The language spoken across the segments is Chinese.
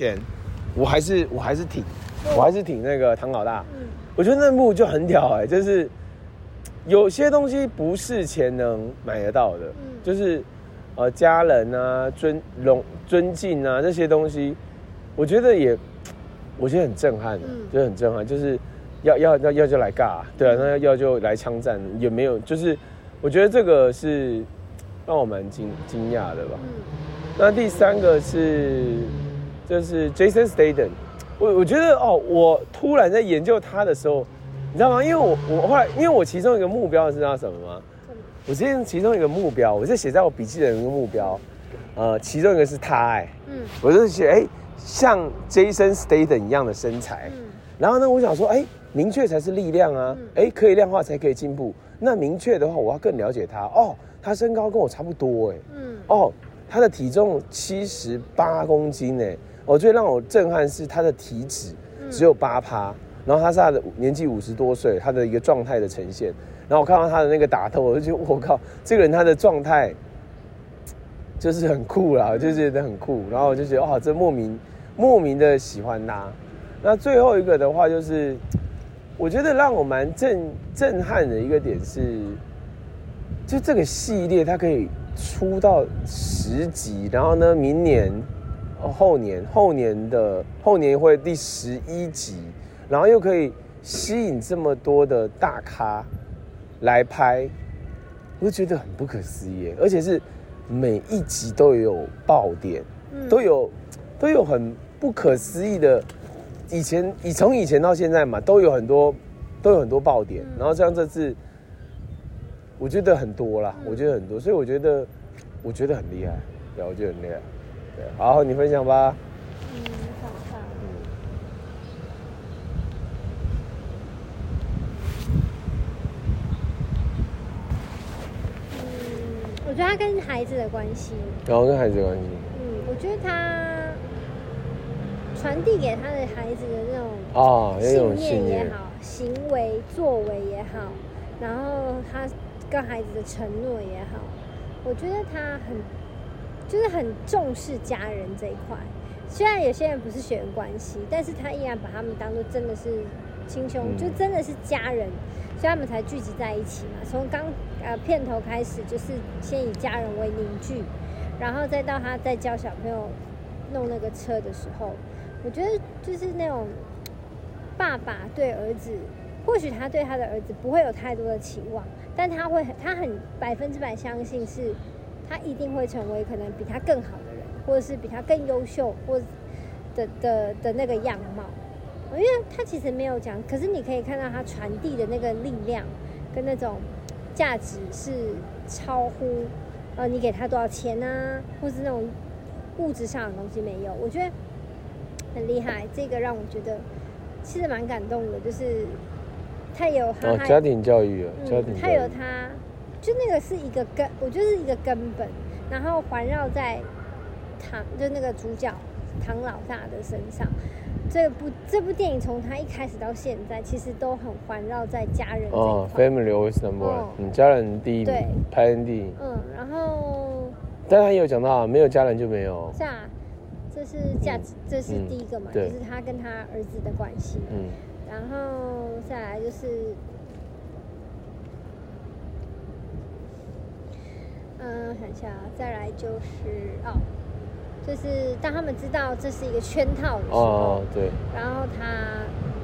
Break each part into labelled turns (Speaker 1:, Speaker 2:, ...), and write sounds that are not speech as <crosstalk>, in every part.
Speaker 1: 前，我还是我还是挺，我还是挺那个唐老大。我觉得那幕就很屌哎、就是有些东西不是钱能买得到的，就是呃家人啊、尊荣、尊敬啊这些东西，我觉得也，我觉得很震撼的、啊
Speaker 2: 嗯
Speaker 1: 觉得很震撼，就是要要要要就来尬、对啊，那要要就来枪战，也没有，就是我觉得这个是让我蛮惊惊讶的吧。
Speaker 2: 嗯
Speaker 1: 那第三个是，就是 Jason Statham，我我觉得哦，我突然在研究他的时候，你知道吗？因为我我后来，因为我其中一个目标你知道什么吗
Speaker 2: 什么？
Speaker 1: 我之前其中一个目标，我是写在我笔记本的一个目标，呃，其中一个是他、哎，
Speaker 2: 嗯
Speaker 1: 我就是写哎、像 Jason Statham 一样的身材，
Speaker 2: 嗯
Speaker 1: 然后呢，我想说，哎、明确才是力量啊，哎、可以量化才可以进步。那明确的话，我要更了解他哦，他身高跟我差不多、哎。
Speaker 2: 嗯
Speaker 1: 哦，他的体重七十八公斤呢。我最让我震撼是他的体脂只有八趴，然后他是他的年纪五十多岁，他的一个状态的呈现。然后我看到他的那个打斗，我就觉得我靠，这个人他的状态就是很酷啦，我就觉得很酷。然后我就觉得哦，这莫名莫名的喜欢他。那最后一个的话就是，我觉得让我蛮震震撼的一个点是，就这个系列它可以出到十集，然后呢，明年、哦后年、后年的后年会第十一集，然后又可以吸引这么多的大咖来拍，我就觉得很不可思议耶，而且是每一集都有爆点，
Speaker 2: 嗯
Speaker 1: 都有都有很不可思议的，以前以从以前到现在嘛，都有很多都有很多爆点，
Speaker 2: 嗯
Speaker 1: 然后像这次，我觉得很多啦，
Speaker 2: 嗯
Speaker 1: 我觉得很多，所以我觉得我觉得很厉害，对，我觉得很厉害，对，好，你分享吧，
Speaker 2: 嗯，好看。嗯，我觉得他跟孩子的关系，
Speaker 1: 然后跟孩子的关系，
Speaker 2: 嗯，我觉得他传递给他的孩子的那种
Speaker 1: 啊，那种信
Speaker 2: 念
Speaker 1: 念
Speaker 2: 也，好，行为作为也好，然后他跟孩子的承诺也好，我觉得他很就是很重视家人这一块。虽然有些人不是血缘关系，但是他依然把他们当做真的是亲兄，
Speaker 1: 嗯
Speaker 2: 就真的是家人，所以他们才聚集在一起嘛。从刚呃片头开始，就是先以家人为凝聚，然后再到他在教小朋友弄那个车的时候，我觉得就是那种爸爸对儿子，或许他对他的儿子不会有太多的期望，但他会很他很百分之百相信是，他一定会成为可能比他更好的人，或者是比他更优秀，或的的的那个样貌。因为他其实没有讲，可是你可以看到他传递的那个力量跟那种价值是超乎呃你给他多少钱啊，或是那种物质上的东西没有，我觉得很厉害。这个让我觉得其实蛮感动的，就是他也有他、
Speaker 1: 哦，家庭教育啊，家
Speaker 2: 嗯
Speaker 1: 庭，教
Speaker 2: 他有
Speaker 1: 育，
Speaker 2: 他，就那个是一个根，我觉得是一个根本，然后环绕在唐，就那个主角唐老大的身上。这部这部电影从他一开始到现在，其实都很环绕在家人这
Speaker 1: 哦
Speaker 2: 一块。
Speaker 1: ，family always number one，
Speaker 2: 哦
Speaker 1: 嗯，家人第一
Speaker 2: 对
Speaker 1: 名，排人第一，
Speaker 2: 嗯，然后
Speaker 1: 但他也有讲到啊，没有家人就没有，
Speaker 2: 这样，这是价值，这是第一个嘛，
Speaker 1: 嗯对
Speaker 2: 就是他跟他儿子的关系。
Speaker 1: 嗯，
Speaker 2: 然后再来就是，嗯，想一下，再来就是哦，就是当他们知道这是一个啊圈套的时候，
Speaker 1: 哦，对，
Speaker 2: 然后他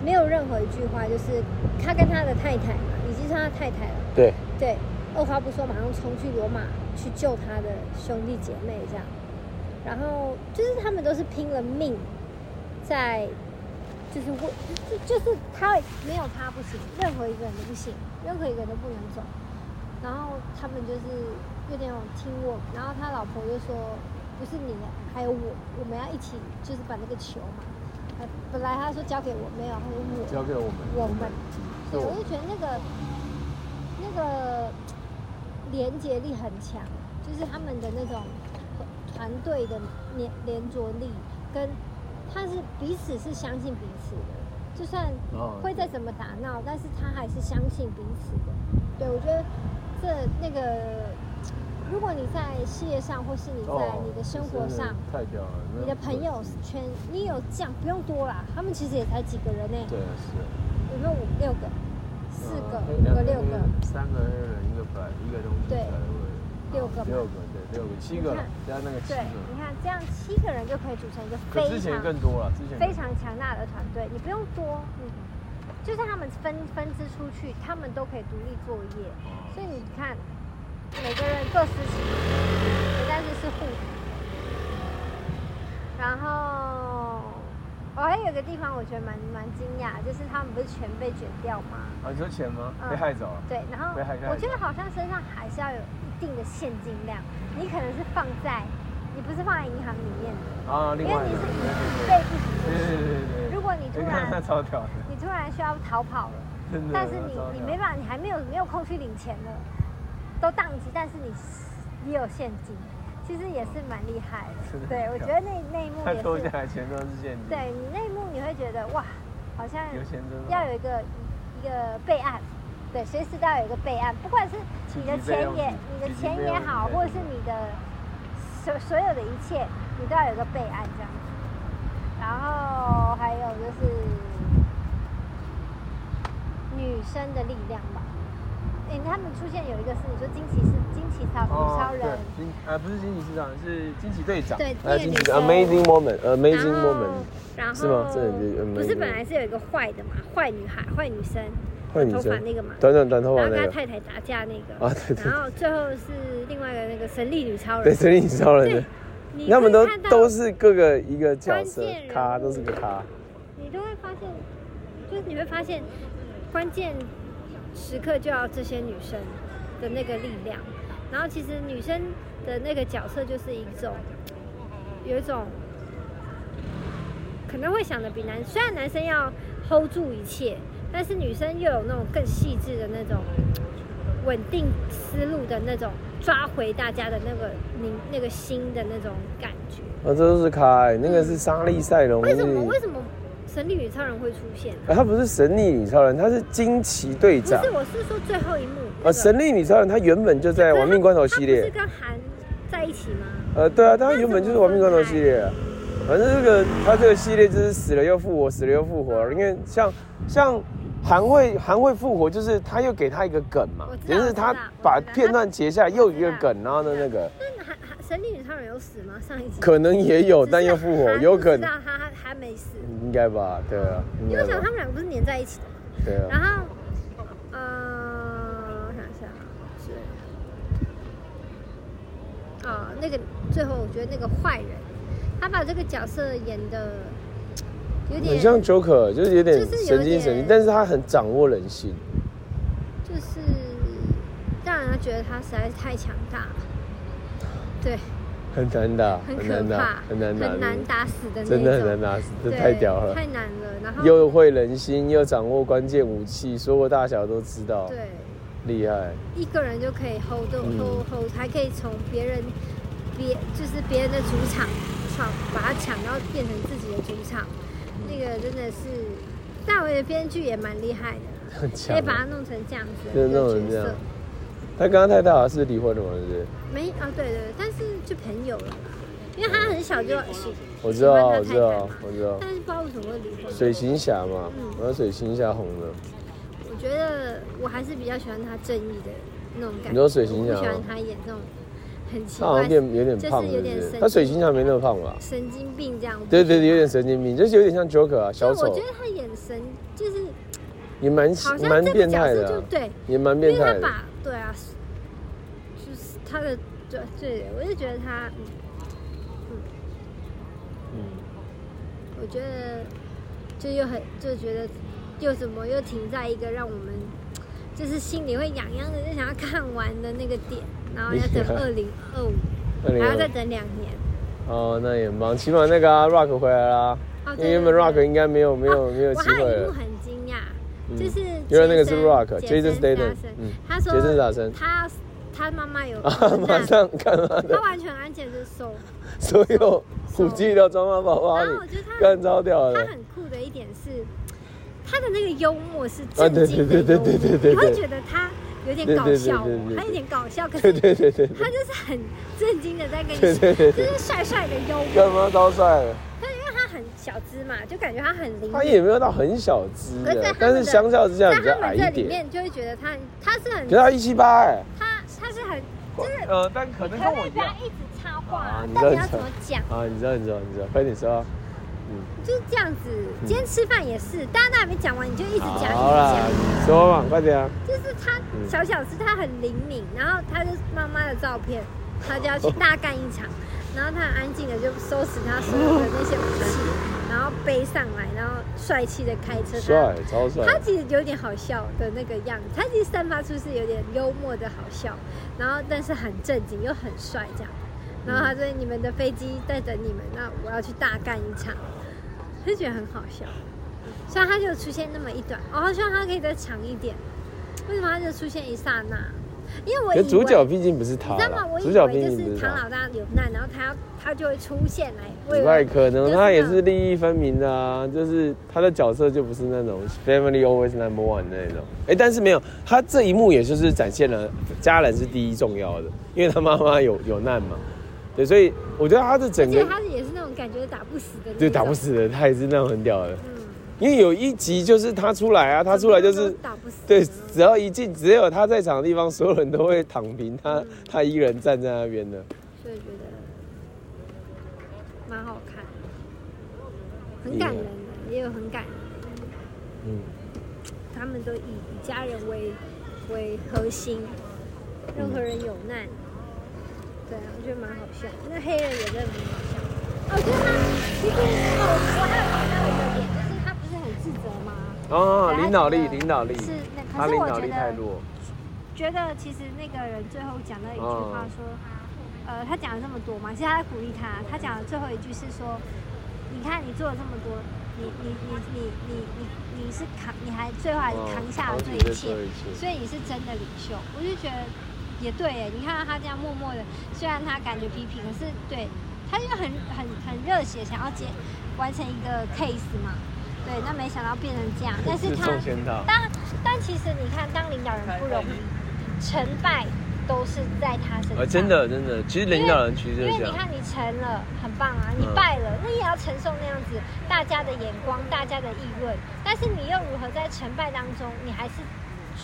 Speaker 2: 没有任何一句话，就是他跟他的太太嘛，已经是他的太太了，
Speaker 1: 对，
Speaker 2: 对，二话不说马上冲去罗马去救他的兄弟姐妹这样，然后就是他们都是拼了命在，就是为就就是他没有他不行，任何一个人都不行，任何一个人都不能走，然后他们就是有点有听我，然后他老婆就说不是你，还有我，我们要一起就是把那个球嘛，呃本来他说交给我，没有，他说我
Speaker 1: 交给我们，
Speaker 2: 我们
Speaker 1: 是
Speaker 2: 对，
Speaker 1: 我
Speaker 2: 我
Speaker 1: 们
Speaker 2: 就觉得那个那个连结力很强，就是他们的那种团队的连连着力，跟他是彼此是相信彼此的，就算
Speaker 1: 哦
Speaker 2: 会再怎么打闹，但是他还是相信彼此的。对，我觉得这那个如果你在事业上，或是你在
Speaker 1: 哦
Speaker 3: 哦
Speaker 2: 你的生活上，
Speaker 1: 太屌了，
Speaker 2: 你的朋友圈，你有这样不用多啦，他们其实也才几个人欸呢、
Speaker 1: 对是。
Speaker 2: 有没有五六个、四个、
Speaker 3: 嗯
Speaker 2: 五
Speaker 3: 两
Speaker 2: 个、六个、
Speaker 3: 三个黑人，一个白，一个东西
Speaker 2: 对
Speaker 3: 才会啊
Speaker 2: 六个吧？
Speaker 3: 六个，对，六个，七个了，加那个七
Speaker 2: 对，
Speaker 3: 个。
Speaker 2: 你看这样七个人就可以组成一个
Speaker 3: 可
Speaker 2: 非
Speaker 3: 之前
Speaker 2: 常
Speaker 3: 更多了，之前更
Speaker 2: 非常强大的团队，你不用多，嗯，就是他们分分支出去，他们都可以独立作业，
Speaker 3: 哦
Speaker 2: 所以你看，每个人各司其职，但是是互补。然后，我、还有一个地方我觉得蛮蛮惊讶，就是他们不是全被卷掉吗？
Speaker 3: 啊，你说钱吗？
Speaker 2: 嗯
Speaker 3: 被害走了。
Speaker 2: 对，然后
Speaker 3: 被害
Speaker 2: 我觉得好像身上还是要有一定的现金量，你可能是放在，你不是放在银行里面的，
Speaker 3: 啊，
Speaker 2: 因
Speaker 3: 另外
Speaker 2: 为
Speaker 3: 一
Speaker 2: 你
Speaker 3: 个
Speaker 2: 是以
Speaker 3: 对
Speaker 2: 备不时之
Speaker 3: 对
Speaker 2: 需。
Speaker 3: 对对对
Speaker 2: <laughs>
Speaker 3: 对。
Speaker 2: 如果你突
Speaker 3: 你看他
Speaker 2: 然
Speaker 3: <laughs> 超屌的，
Speaker 2: 你突然需要逃跑
Speaker 3: <laughs>
Speaker 2: 了，
Speaker 3: 真的。
Speaker 2: 但是
Speaker 3: 他超
Speaker 2: 你你
Speaker 3: 屌
Speaker 2: 没办法，你还没有没有空去领钱了，都宕机，但是你你有现金，其实也是蛮厉害
Speaker 3: 真
Speaker 2: 的。
Speaker 3: 的
Speaker 2: 对，我
Speaker 3: 很
Speaker 2: 觉
Speaker 3: 屌
Speaker 2: 得那那一幕
Speaker 3: 他偷
Speaker 2: 也
Speaker 3: 下
Speaker 2: 是，
Speaker 3: 来全都是现金，
Speaker 2: 对你那一幕你会觉得哇，好像
Speaker 3: 有钱真好
Speaker 2: 要有一个一个备案，对，随时都要有一个备案，不管是你的
Speaker 3: 紧急备
Speaker 2: 钱
Speaker 3: 用
Speaker 2: 也
Speaker 3: 金
Speaker 2: 你的
Speaker 3: 紧急
Speaker 2: 钱
Speaker 3: 备
Speaker 2: 也
Speaker 3: 用金
Speaker 2: 好，
Speaker 3: 对
Speaker 2: 或者是你的所所有的一切，你都要有一个备案这样子。然后还有就是女生的力量吧。哎、他们出现有一个是你说惊奇是惊奇超
Speaker 3: 哦
Speaker 2: 女超人，
Speaker 3: 对，惊啊不是惊奇市长，是惊奇队长。
Speaker 2: 对，
Speaker 1: 啊，
Speaker 2: 那个
Speaker 1: 进
Speaker 2: 女
Speaker 1: 去
Speaker 2: 生
Speaker 1: amazing moment，amazing
Speaker 2: 然后
Speaker 1: moment，
Speaker 2: 然后
Speaker 1: 是吗这里就 amazing
Speaker 2: 不是本来是有一个坏的嘛，坏女孩，坏女生，
Speaker 1: 坏女
Speaker 2: 头发
Speaker 1: 生，
Speaker 2: 那个嘛，
Speaker 1: 短短短头发
Speaker 2: 然
Speaker 1: 哦
Speaker 2: 后
Speaker 1: 那
Speaker 2: 跟他
Speaker 1: 个，
Speaker 2: 太太打架那个，
Speaker 1: 啊对对对
Speaker 2: 然后最后是另外一个那个神力女超
Speaker 1: 对，
Speaker 2: 人，
Speaker 1: 神力超人的
Speaker 2: 对，，你
Speaker 1: 他们都
Speaker 2: 会看到
Speaker 1: 都是各个一个角
Speaker 2: 关
Speaker 1: 色
Speaker 2: 键人物
Speaker 1: 咖，都是个咖，
Speaker 2: 你都会发现，就是你会发现，关键时刻就要这些女生的那个力量。然后其实女生的那个角色就是一种，有一种可能会想的比男，虽然男生要 hold 住一切，但是女生又有那种更细致的那种稳定思路的那种抓回大家的那个凝那个心的那种感觉。
Speaker 1: 啊，这都是咖欸，那个是莎莉赛龙，
Speaker 2: 为
Speaker 1: 是
Speaker 2: 什么为什么神力女超人会出现呢、
Speaker 1: 啊，她不是神力女超人，她是惊奇队
Speaker 2: 不
Speaker 1: 长
Speaker 2: 是，我是说最后一幕。那
Speaker 1: 啊，
Speaker 2: 个
Speaker 1: 神力女超人她原本就在
Speaker 2: 可是
Speaker 1: 玩命关头
Speaker 2: 他
Speaker 1: 系
Speaker 2: 他不
Speaker 1: 列
Speaker 2: 是，跟韩在一起吗？
Speaker 1: 呃，对啊，她原本就是玩命关头系列啊，反正这个她这个系列就是死了又复活，死了又复
Speaker 2: 嗯
Speaker 1: 活，因为像像。韩会韩会复活，就是他又给他一个梗嘛
Speaker 2: 我，知
Speaker 1: 就
Speaker 2: 道
Speaker 1: 是
Speaker 2: 我
Speaker 1: 他
Speaker 2: 知道
Speaker 1: 把
Speaker 2: 我知道
Speaker 1: 片段截下来又一个
Speaker 2: 我知道
Speaker 1: 梗，然后呢那个
Speaker 2: 那韩韩神力女超人有死吗？上一集
Speaker 1: 可能也有，但又复活，有可能
Speaker 2: 知道他还还没死，
Speaker 1: 应该吧？对啊，应
Speaker 2: 因为
Speaker 1: 该
Speaker 2: 我想
Speaker 1: 吧
Speaker 2: 他？们两个不是黏在一起的。
Speaker 1: 对啊，
Speaker 2: 然后，呃，我想一下，是啊、那个最后我觉得那个坏人，他把这个角色演的有点
Speaker 1: 很像 Joker，就是有点
Speaker 2: 就是有
Speaker 1: 神经神经
Speaker 2: 点，
Speaker 1: 但是他很掌握人心。
Speaker 2: 就是让人家觉得他实在是太强大了，对，
Speaker 1: 很难打，很
Speaker 2: 很可
Speaker 1: 难打
Speaker 2: 怕，，
Speaker 1: 很难打，
Speaker 2: 很难打死的那一种，
Speaker 1: 真的很难打，这
Speaker 2: 对
Speaker 1: 太屌了，
Speaker 2: 太难了。然后
Speaker 1: 又会人心，又掌握关键武器，所有大小都知道，
Speaker 2: 对
Speaker 1: 厉害。
Speaker 2: 一个人就可以 hold 住
Speaker 1: 嗯
Speaker 2: hold hold，还可以从别人别就是别人的主场抢把它抢到变成自己的主场，那个真的是大为的编剧也蛮厉害的，
Speaker 1: 很
Speaker 2: 可
Speaker 1: 强
Speaker 2: 以，把它弄成这样子
Speaker 1: 真
Speaker 2: 的
Speaker 1: 的弄
Speaker 2: 一个
Speaker 1: 成
Speaker 2: 角
Speaker 1: 这样
Speaker 2: 色。
Speaker 1: 他刚刚太大好像是离婚了嘛，对不对？
Speaker 2: 没啊，对对对，但是就朋友了啦，因为他很小就喜，
Speaker 1: 我知道，我
Speaker 2: 喜
Speaker 1: 知
Speaker 2: 欢他
Speaker 1: 道
Speaker 2: 太太，嘛
Speaker 1: 我知道。
Speaker 2: 但是不知道为什么会离婚。
Speaker 1: 水行侠嘛
Speaker 2: 嗯，
Speaker 1: 然后水行侠红了，
Speaker 2: 我觉得我还是比较喜欢他正义的那种感觉。
Speaker 1: 你说水行
Speaker 2: 我
Speaker 1: 侠吗
Speaker 2: 不喜欢他演那种很奇
Speaker 1: 他好
Speaker 2: 怪
Speaker 1: 像，变有点
Speaker 2: 就是
Speaker 1: 胖，
Speaker 2: 有
Speaker 1: 是不
Speaker 2: 点
Speaker 1: 是？
Speaker 2: 神
Speaker 1: 他水行侠没那么胖吧？
Speaker 2: 神经病这样。
Speaker 1: 对对对，有点神经病，就是有点像 Joker 啊，
Speaker 2: 就
Speaker 1: 小
Speaker 2: 我
Speaker 1: 丑
Speaker 2: 觉得他眼神就是
Speaker 1: 也蛮
Speaker 2: 好像
Speaker 1: 蛮
Speaker 2: 这个
Speaker 1: 变
Speaker 2: 角
Speaker 1: 态
Speaker 2: 色
Speaker 1: 的
Speaker 2: 就
Speaker 1: 啊，
Speaker 2: 对，
Speaker 1: 也蛮
Speaker 2: 因为
Speaker 1: 变
Speaker 2: 他
Speaker 1: 态的。
Speaker 2: 把对啊，就是他的对对，我就觉得他，嗯
Speaker 1: 嗯
Speaker 2: 我觉得就又很就觉得又怎么又停在一个让我们就是心里会痒痒的，就想要看完的那个点，然后要
Speaker 1: <laughs>
Speaker 2: 等二零二五，
Speaker 1: 二零
Speaker 2: 还要再
Speaker 1: 二
Speaker 2: 等两年。
Speaker 1: 哦，那也很棒，起码那个、啊、Rock 回来啦，
Speaker 2: 哦，
Speaker 1: 因
Speaker 2: 对啊
Speaker 1: 为原本 Rock 应该没有没有、没有
Speaker 2: 我
Speaker 1: 机
Speaker 2: 还
Speaker 1: 会
Speaker 2: 有一幕
Speaker 1: 了。
Speaker 2: 很惊讶，
Speaker 1: 嗯
Speaker 2: 就是
Speaker 1: 原来那个是
Speaker 2: 杰森
Speaker 1: Rock
Speaker 2: 杰
Speaker 1: Jason
Speaker 2: 森
Speaker 1: Statham，
Speaker 2: 斯坦
Speaker 1: 嗯，
Speaker 2: 他
Speaker 1: 杰森·
Speaker 2: 说
Speaker 1: 达森
Speaker 2: 他他妈妈有
Speaker 1: <laughs> 啊，马上看他
Speaker 2: 他
Speaker 1: 的
Speaker 2: 完全安检
Speaker 1: <laughs>
Speaker 2: 的手，
Speaker 1: 所有武器都装到包包
Speaker 2: 然后我
Speaker 1: 里，
Speaker 2: 觉得他
Speaker 1: 干超屌
Speaker 2: 他
Speaker 1: 的，
Speaker 2: 很酷的一点是，他的那个幽默是
Speaker 1: 啊
Speaker 2: 震
Speaker 1: 对
Speaker 2: 惊的幽默，
Speaker 1: 对对对对对对对
Speaker 2: 你会觉得他有点
Speaker 1: 对
Speaker 2: 搞
Speaker 1: 对对
Speaker 2: 笑
Speaker 1: 对
Speaker 2: 我，
Speaker 1: 对
Speaker 2: 他有
Speaker 1: 对
Speaker 2: 点搞笑，可
Speaker 1: 对
Speaker 2: 是
Speaker 1: 对对对对，
Speaker 2: 他就是很震惊的在跟
Speaker 1: 对
Speaker 2: 你
Speaker 1: 对对
Speaker 2: 说，
Speaker 1: 对
Speaker 2: 就是帅帅的幽默，
Speaker 1: 干嘛超帅了？
Speaker 2: 因为他很小资嘛，就感觉他很灵
Speaker 1: 他也没有到很小只
Speaker 2: 可是在
Speaker 1: 的
Speaker 2: 他，
Speaker 1: 啊但
Speaker 2: 们
Speaker 1: 是
Speaker 2: 的
Speaker 1: 相较之下
Speaker 2: 在
Speaker 1: 比较
Speaker 2: 他
Speaker 1: 矮
Speaker 2: 们这
Speaker 1: 一点。
Speaker 2: 里面就会觉得他他是很
Speaker 1: 可是他一七八哎，
Speaker 2: 他他是很就是
Speaker 3: 呃，但可能
Speaker 2: 可
Speaker 3: 跟我
Speaker 2: 是
Speaker 3: 一
Speaker 2: 不要
Speaker 3: 样，
Speaker 2: 一直插话、
Speaker 1: 啊
Speaker 2: 啊
Speaker 1: 你，
Speaker 2: 到底
Speaker 1: 知道
Speaker 2: 要怎么讲？
Speaker 1: 啊，你知道你知道你知道，快点说啊。
Speaker 2: 就是这样子。今天吃饭也是，大家都还没讲完，你就一直讲
Speaker 1: 嗯
Speaker 2: 一
Speaker 1: 好
Speaker 2: 直
Speaker 1: 啦
Speaker 2: 讲。，
Speaker 1: 你说嘛，快点啊！
Speaker 2: 就是他
Speaker 1: 嗯
Speaker 2: 小小是他很灵敏，然后他就妈妈的照片，他就要去大干一场，然后他很安静的就收拾他所有的那些武器，然后背上来，然后帅气的开车。
Speaker 1: 嗯帅，超帅
Speaker 2: 他。他其实有点好笑的那个样子，他其实散发出是有点幽默的好笑，然后但是很正经又很帅这样。然后他说：“你们的飞机在等你们，那我要去大干一场。”就觉得很好笑。虽然他就出现那么一段，哦，好希望他可以再长一点。为什么他就出现一刹那？因为我以
Speaker 1: 可
Speaker 2: 为
Speaker 1: 主角毕竟不是他
Speaker 2: 你知道吗？
Speaker 1: 啦
Speaker 2: 我，以
Speaker 1: 主角
Speaker 2: 为
Speaker 1: 毕
Speaker 2: 就
Speaker 1: 竟不
Speaker 2: 是
Speaker 1: 是
Speaker 2: 唐
Speaker 1: 他
Speaker 2: 老。大有难，然后他要他就会出现来。我以
Speaker 1: 不太
Speaker 2: 为
Speaker 1: 可能，
Speaker 2: 就是
Speaker 1: 他也
Speaker 2: 那
Speaker 1: 是利益分明的啊，就是他的角色就不是那种 family always number one 的那种。哎，但是没有，他这一幕也就是展现了家人是第一重要的，因为他妈妈有有难嘛，对，所以我觉得他的
Speaker 2: 而
Speaker 1: 整
Speaker 2: 且
Speaker 1: 个
Speaker 2: 他也是那种感觉打不死的那种，
Speaker 1: 对打不。死的，他也是那种很屌的。
Speaker 2: 嗯，
Speaker 1: 因为有一集就是他出来啊，他出来就是
Speaker 2: 怎么都打不死。
Speaker 1: 对，只要一进只有他在场的地方，所有人都会躺平，他他一个人站在那边的。
Speaker 2: 所以觉得蛮好看，很感人的，也有很感人的。
Speaker 1: 嗯，
Speaker 2: 他们都以以家人为为核心，任何人有难，对啊，我觉得蛮好笑。那黑人也真的很好笑。哦，就是他，其实哦，我还有看到一个点，就是他不是很自责吗？
Speaker 1: 哦，
Speaker 2: 对啊
Speaker 1: 领导力，
Speaker 2: 他觉得
Speaker 1: 领导力，
Speaker 2: 是，那
Speaker 1: 他
Speaker 2: 可是
Speaker 1: 领
Speaker 2: 我
Speaker 1: 导
Speaker 2: 觉
Speaker 1: 力太
Speaker 2: 得
Speaker 1: 弱。
Speaker 2: 觉得其实那个人最后讲到一句话说，呃，他讲了这么多嘛，其实他在鼓励他，他讲的最后一句是说，你看你做了这么多，你你你你你你你是扛，你还最后还是
Speaker 1: 嗯
Speaker 2: 哦扛下了这一切，所以你是真的领袖。我就觉得也对耶，你看到他这样默默的，虽然他感觉皮皮，可是对他就很很很热血，想要接完成一个 case 嘛。对，那没想到变成这样，但是他
Speaker 1: 送仙道。
Speaker 2: 但但其实你看，当领导人不容易，成败都是在他身上。
Speaker 1: 呃，真，的真的，其实领导人其实
Speaker 2: 因
Speaker 1: 就是
Speaker 2: 为
Speaker 1: 这
Speaker 2: 你
Speaker 1: 样。
Speaker 2: 看你成了，很棒啊；你
Speaker 1: 嗯
Speaker 2: 败了，那也要承受那样子大家的眼光、大家的议论。但是你又如何在成败当中，你还是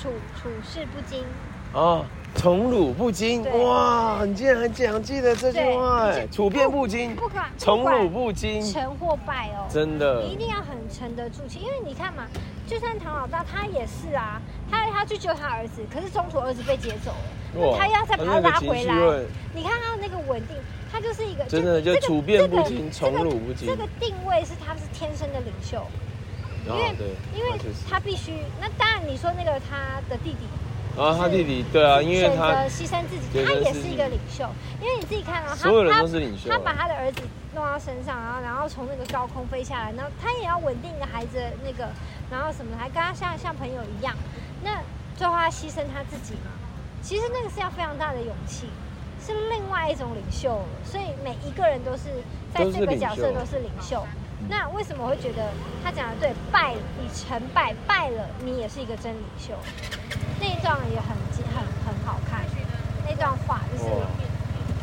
Speaker 2: 处处事不惊？
Speaker 1: 哦，宠辱不惊，
Speaker 2: 对
Speaker 1: 哇，你竟然还讲记得这句
Speaker 2: 对
Speaker 1: 话，哎
Speaker 2: 你就
Speaker 1: 处变不惊，
Speaker 2: 不管不
Speaker 1: 宠辱
Speaker 2: 管
Speaker 1: 不惊，
Speaker 2: 成或败哦，
Speaker 1: 真的
Speaker 2: 你一定要很沉得住气，因为你看嘛，就算唐老大他也是啊，他他去救他儿子，可是中途儿子被劫走了，那
Speaker 1: 哇
Speaker 2: 他又要再把
Speaker 1: 他
Speaker 2: 他
Speaker 1: 那个
Speaker 2: 拉
Speaker 1: 情
Speaker 2: 回
Speaker 1: 绪
Speaker 2: 来
Speaker 1: 会。
Speaker 2: 你看他那个稳定，他就是一个
Speaker 1: 真的就
Speaker 2: 这个
Speaker 1: 处变不惊
Speaker 2: 这个
Speaker 1: 宠辱不惊
Speaker 2: 这个定位是他是天生的领袖，因为
Speaker 1: 哦对，
Speaker 2: 因为
Speaker 1: 那确实
Speaker 2: 他必须。那当然你说那个他的弟弟
Speaker 1: 然后他弟弟，对啊，因为
Speaker 2: 选择
Speaker 1: 他
Speaker 2: 牺牲自己，
Speaker 1: 觉得
Speaker 2: 他也
Speaker 1: 是
Speaker 2: 是一个领袖，因为你自己看啊，他
Speaker 1: 所有人
Speaker 2: 他
Speaker 1: 都是领袖
Speaker 2: 他把他的儿子弄到身上，然后然后从那个高空飞下来，然后他也要稳定一个孩子的那个，然后什么的还跟他像像朋友一样，那最后他牺牲他自己嘛，其实那个是要非常大的勇气，是另外一种领袖了，所以每一个人都是在
Speaker 1: 都是
Speaker 2: 这个
Speaker 1: 领
Speaker 2: 角
Speaker 1: 袖啊嗯
Speaker 2: 色都是领袖。那为什么我会觉得他讲的对？败你成败败了，你也是一个真领袖。那一段也很精很很好看，那段话就是
Speaker 1: 哇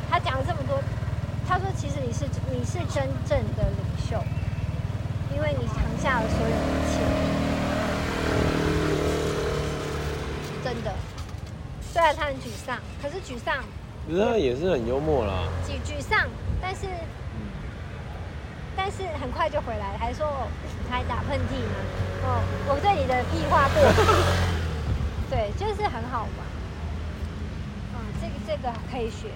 Speaker 2: 他讲了这么多，他说其实你是你是真正的领袖，因为你扛下了所有一切，真的。虽然他很沮丧，可是沮丧
Speaker 1: 不是他也是很幽默啦，
Speaker 2: 沮沮丧，但是但是很快就回来，还说哦你还打喷嚏呢，哦，我对你的屁
Speaker 1: <laughs>
Speaker 2: 话过敏，对，就是很好玩。嗯，这个这个可以学，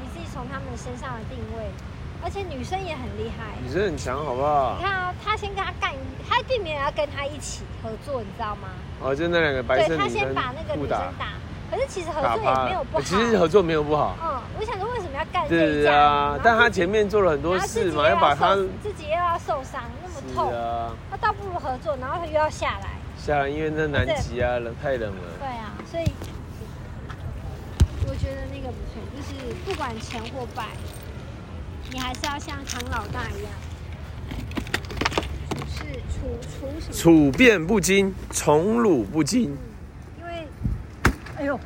Speaker 2: 你自己从他们身上的定位，而且女生也很厉害。
Speaker 1: 你是很强好不
Speaker 2: 你
Speaker 1: 好？
Speaker 2: 看啊，他先跟他干，他并没有要跟他一起合作，你知道吗？
Speaker 1: 哦，就那两个白
Speaker 2: 对
Speaker 1: 色
Speaker 2: 他
Speaker 1: 女
Speaker 2: 先
Speaker 1: 生
Speaker 2: 把那个
Speaker 1: 互
Speaker 2: 女
Speaker 1: 打
Speaker 2: 生打，可是其实合
Speaker 1: 打
Speaker 2: 作也
Speaker 1: 趴
Speaker 2: 没有
Speaker 1: 了
Speaker 2: 不，好。
Speaker 1: 其实合作没有不好，
Speaker 2: 嗯，我想说为什么要干这一
Speaker 1: 对
Speaker 2: 架？
Speaker 1: 啊
Speaker 2: 然后，
Speaker 1: 但他
Speaker 2: 自己
Speaker 1: 前面做了很多
Speaker 2: 然后自
Speaker 1: 事
Speaker 2: 己
Speaker 1: 嘛，
Speaker 2: 又
Speaker 1: 要把他嗯
Speaker 2: 受自己又要受伤，那么痛，
Speaker 1: 是啊，
Speaker 2: 那倒不如合作，然后他又要下来。
Speaker 1: 下来因为那南极啊冷太冷了，
Speaker 2: 对啊，所以我觉得那个不错，就是不管成或败，你还是要像唐老大一样，处事处处什么？
Speaker 1: 处变不惊，宠辱不惊，
Speaker 2: 因为哎呦，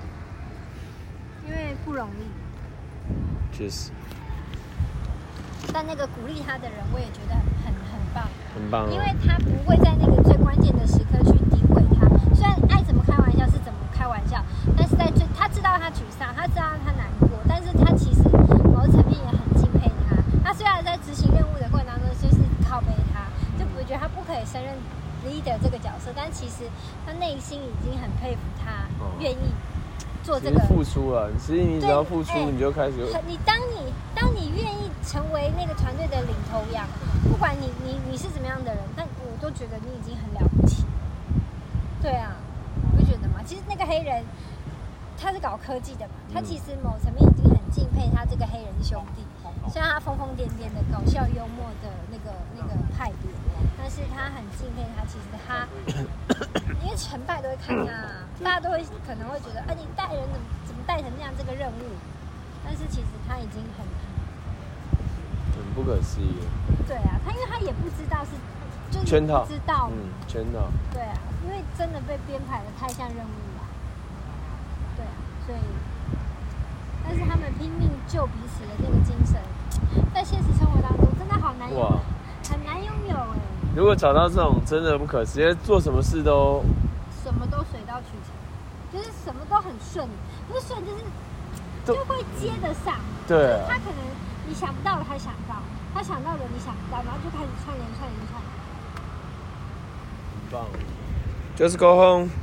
Speaker 2: 因为不容易，
Speaker 1: 确实
Speaker 2: 但那个鼓励他的人，我也觉得很很很棒。
Speaker 1: 很棒、啊
Speaker 2: 因为他不会在那个最关键的时刻去诋毁他。虽然爱怎么开玩笑是怎么开玩笑，但是在最他知道他沮丧，他知道他难过，但是他其实某层面也很敬佩他。他虽然在执行任务的过程当中就是靠背他，就不觉得他不可以胜任 leader 这个角色，但其实他内心已经很佩服他
Speaker 1: 哦，
Speaker 2: 愿意做
Speaker 3: 只
Speaker 2: 这
Speaker 3: 是
Speaker 2: 个。
Speaker 3: 付出
Speaker 1: 啊
Speaker 3: 了，其实你只要
Speaker 2: 对
Speaker 3: 付出
Speaker 2: 哎，
Speaker 3: 你就开始
Speaker 2: 很你当你当你愿意成为那个团队的领头羊，不管你你你是怎么样的人，但我都觉得你已经很了不起了。对啊，你不觉得吗？其实那个黑人他是搞科技的嘛，他
Speaker 1: 嗯
Speaker 2: 其实某层面已经很敬佩他这个黑人兄弟，虽然他疯疯癫癫的搞笑幽默的那个那个派别，但是他很敬佩他，其实他因为成败都会看啊，大家都会可能会觉得，啊，你带人怎么怎么带成这样这个任务，但是其实他已经很
Speaker 1: 很不可思议，
Speaker 2: 对啊，他因为他也不知道是就是
Speaker 1: 圈套
Speaker 2: 不知道
Speaker 1: 嗯，真的
Speaker 2: 对啊，因为真的被编排的太像任务了。对啊，所以，但是他们拼命救彼此的那个精神，在现实生活当中真的好难有
Speaker 1: 哇！
Speaker 2: 很难拥有哎、
Speaker 1: 如果找到这种真的不可思议，做什么事都
Speaker 2: 什么都水到渠成，就是什么都很顺，不是顺就是
Speaker 1: 都
Speaker 2: 就会接得上。
Speaker 1: 对啊
Speaker 2: 他可能你想不到的他想到，他想到的你想不到，然后就开始串联串联串联。
Speaker 1: 很棒。Just go home。